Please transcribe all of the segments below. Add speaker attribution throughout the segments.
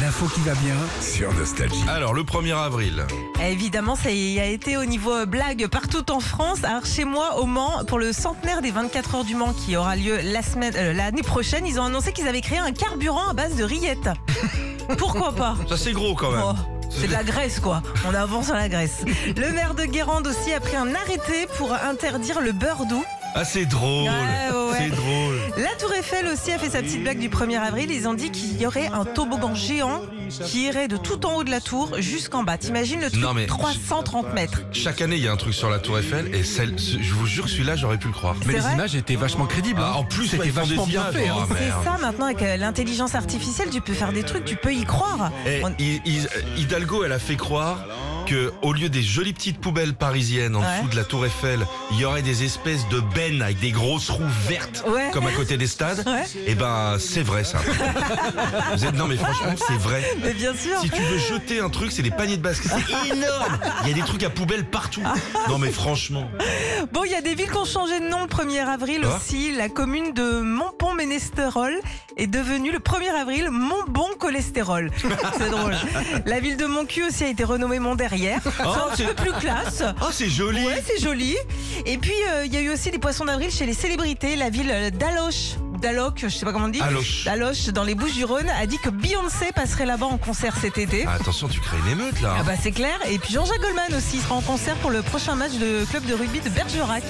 Speaker 1: l'info qui va bien.
Speaker 2: sur Nostalgie.
Speaker 3: Alors, le 1er avril.
Speaker 4: Évidemment, ça y a été au niveau euh, blague partout en France. Alors chez moi, au Mans, pour le centenaire des 24 heures du Mans qui aura lieu la semaine, euh, l'année prochaine, ils ont annoncé qu'ils avaient créé un carburant à base de rillettes. Pourquoi pas
Speaker 3: Ça, c'est gros quand même.
Speaker 4: Oh, C'est de la Grèce, quoi. On avance sur la Grèce. Le maire de Guérande aussi a pris un arrêté pour interdire le beurre doux.
Speaker 3: Ah, c'est drôle.
Speaker 4: Ouais, ouais, ouais.
Speaker 3: C'est drôle.
Speaker 4: La Tour Eiffel aussi a fait sa petite blague du 1er avril. Ils ont dit qu'il y aurait un toboggan géant qui irait de tout en haut de la tour jusqu'en bas. T'imagines le truc
Speaker 3: Non, mais-
Speaker 4: 330 mètres.
Speaker 3: Chaque année, il y a un truc sur la Tour Eiffel et celle, ce- je vous jure, celui-là, j'aurais pu le croire.
Speaker 4: C'est vrai
Speaker 1: étaient vachement crédibles.
Speaker 3: Ah, en plus, ouais,
Speaker 1: c'était
Speaker 3: ils font
Speaker 1: vachement
Speaker 3: des
Speaker 1: bien
Speaker 3: images.
Speaker 1: fait. hein.
Speaker 3: Oh,
Speaker 4: C'est
Speaker 3: merde.
Speaker 4: ça maintenant avec euh, l'intelligence artificielle, tu peux faire des trucs, tu peux y croire.
Speaker 3: Et
Speaker 4: On-
Speaker 3: Hi- Hi- eh, Hidalgo, elle a fait croire que au lieu des jolies petites poubelles parisiennes en
Speaker 4: Ouais.
Speaker 3: dessous de la Tour Eiffel, il y aurait des espèces de bennes avec des grosses roues vertes,
Speaker 4: Ouais.
Speaker 3: comme à côté des stades.
Speaker 4: Ouais.
Speaker 3: Et ben, c'est vrai ça. Vous êtes- non, mais franchement, c'est vrai.
Speaker 4: Mais bien sûr.
Speaker 3: Si tu veux jeter un truc, c'est des paniers de basket. C'est énorme. Il y a des trucs à poubelle partout.
Speaker 4: Ah.
Speaker 3: Non, mais franchement.
Speaker 4: Bon, il y a des villes qui ont changé de nom le 1er avril
Speaker 3: Ah.
Speaker 4: aussi. La commune de Montpont-Ménestérol est devenue le 1er avril Montbon-Cholestérol. C'est drôle. La ville de Montcu aussi a été renommée Mont-Derrière. C'est un petit peu plus classe.
Speaker 3: Oh, c'est joli.
Speaker 4: Ouais, c'est joli. Et puis, euh, il y a eu aussi des poissons d'avril chez les célébrités. La ville euh, d'Aloche, d'Aloc, je sais pas comment on dit.
Speaker 3: Aloche.
Speaker 4: Aloche, dans les Bouches-du-Rhône, a dit que Beyoncé passerait là-bas en concert cet été.
Speaker 3: Ah, attention, tu crées une émeute là.
Speaker 4: Ah bah c'est clair. Et puis Jean-Jacques Goldman aussi sera en concert pour le prochain match de club de rugby de Bergerac.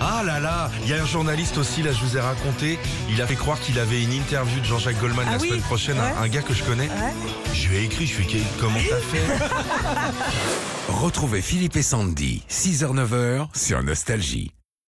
Speaker 3: Ah là là, il y a un journaliste aussi, là je vous ai raconté, il a fait croire qu'il avait une interview de Jean-Jacques Goldman
Speaker 4: Ah
Speaker 3: la
Speaker 4: oui,
Speaker 3: semaine prochaine, un-
Speaker 4: ouais.
Speaker 3: un, gars que je connais.
Speaker 4: Ouais.
Speaker 3: Je lui ai écrit, je lui ai dit comment t'as fait
Speaker 2: Retrouvez Philippe et Sandy, 6h-9h sur Nostalgie.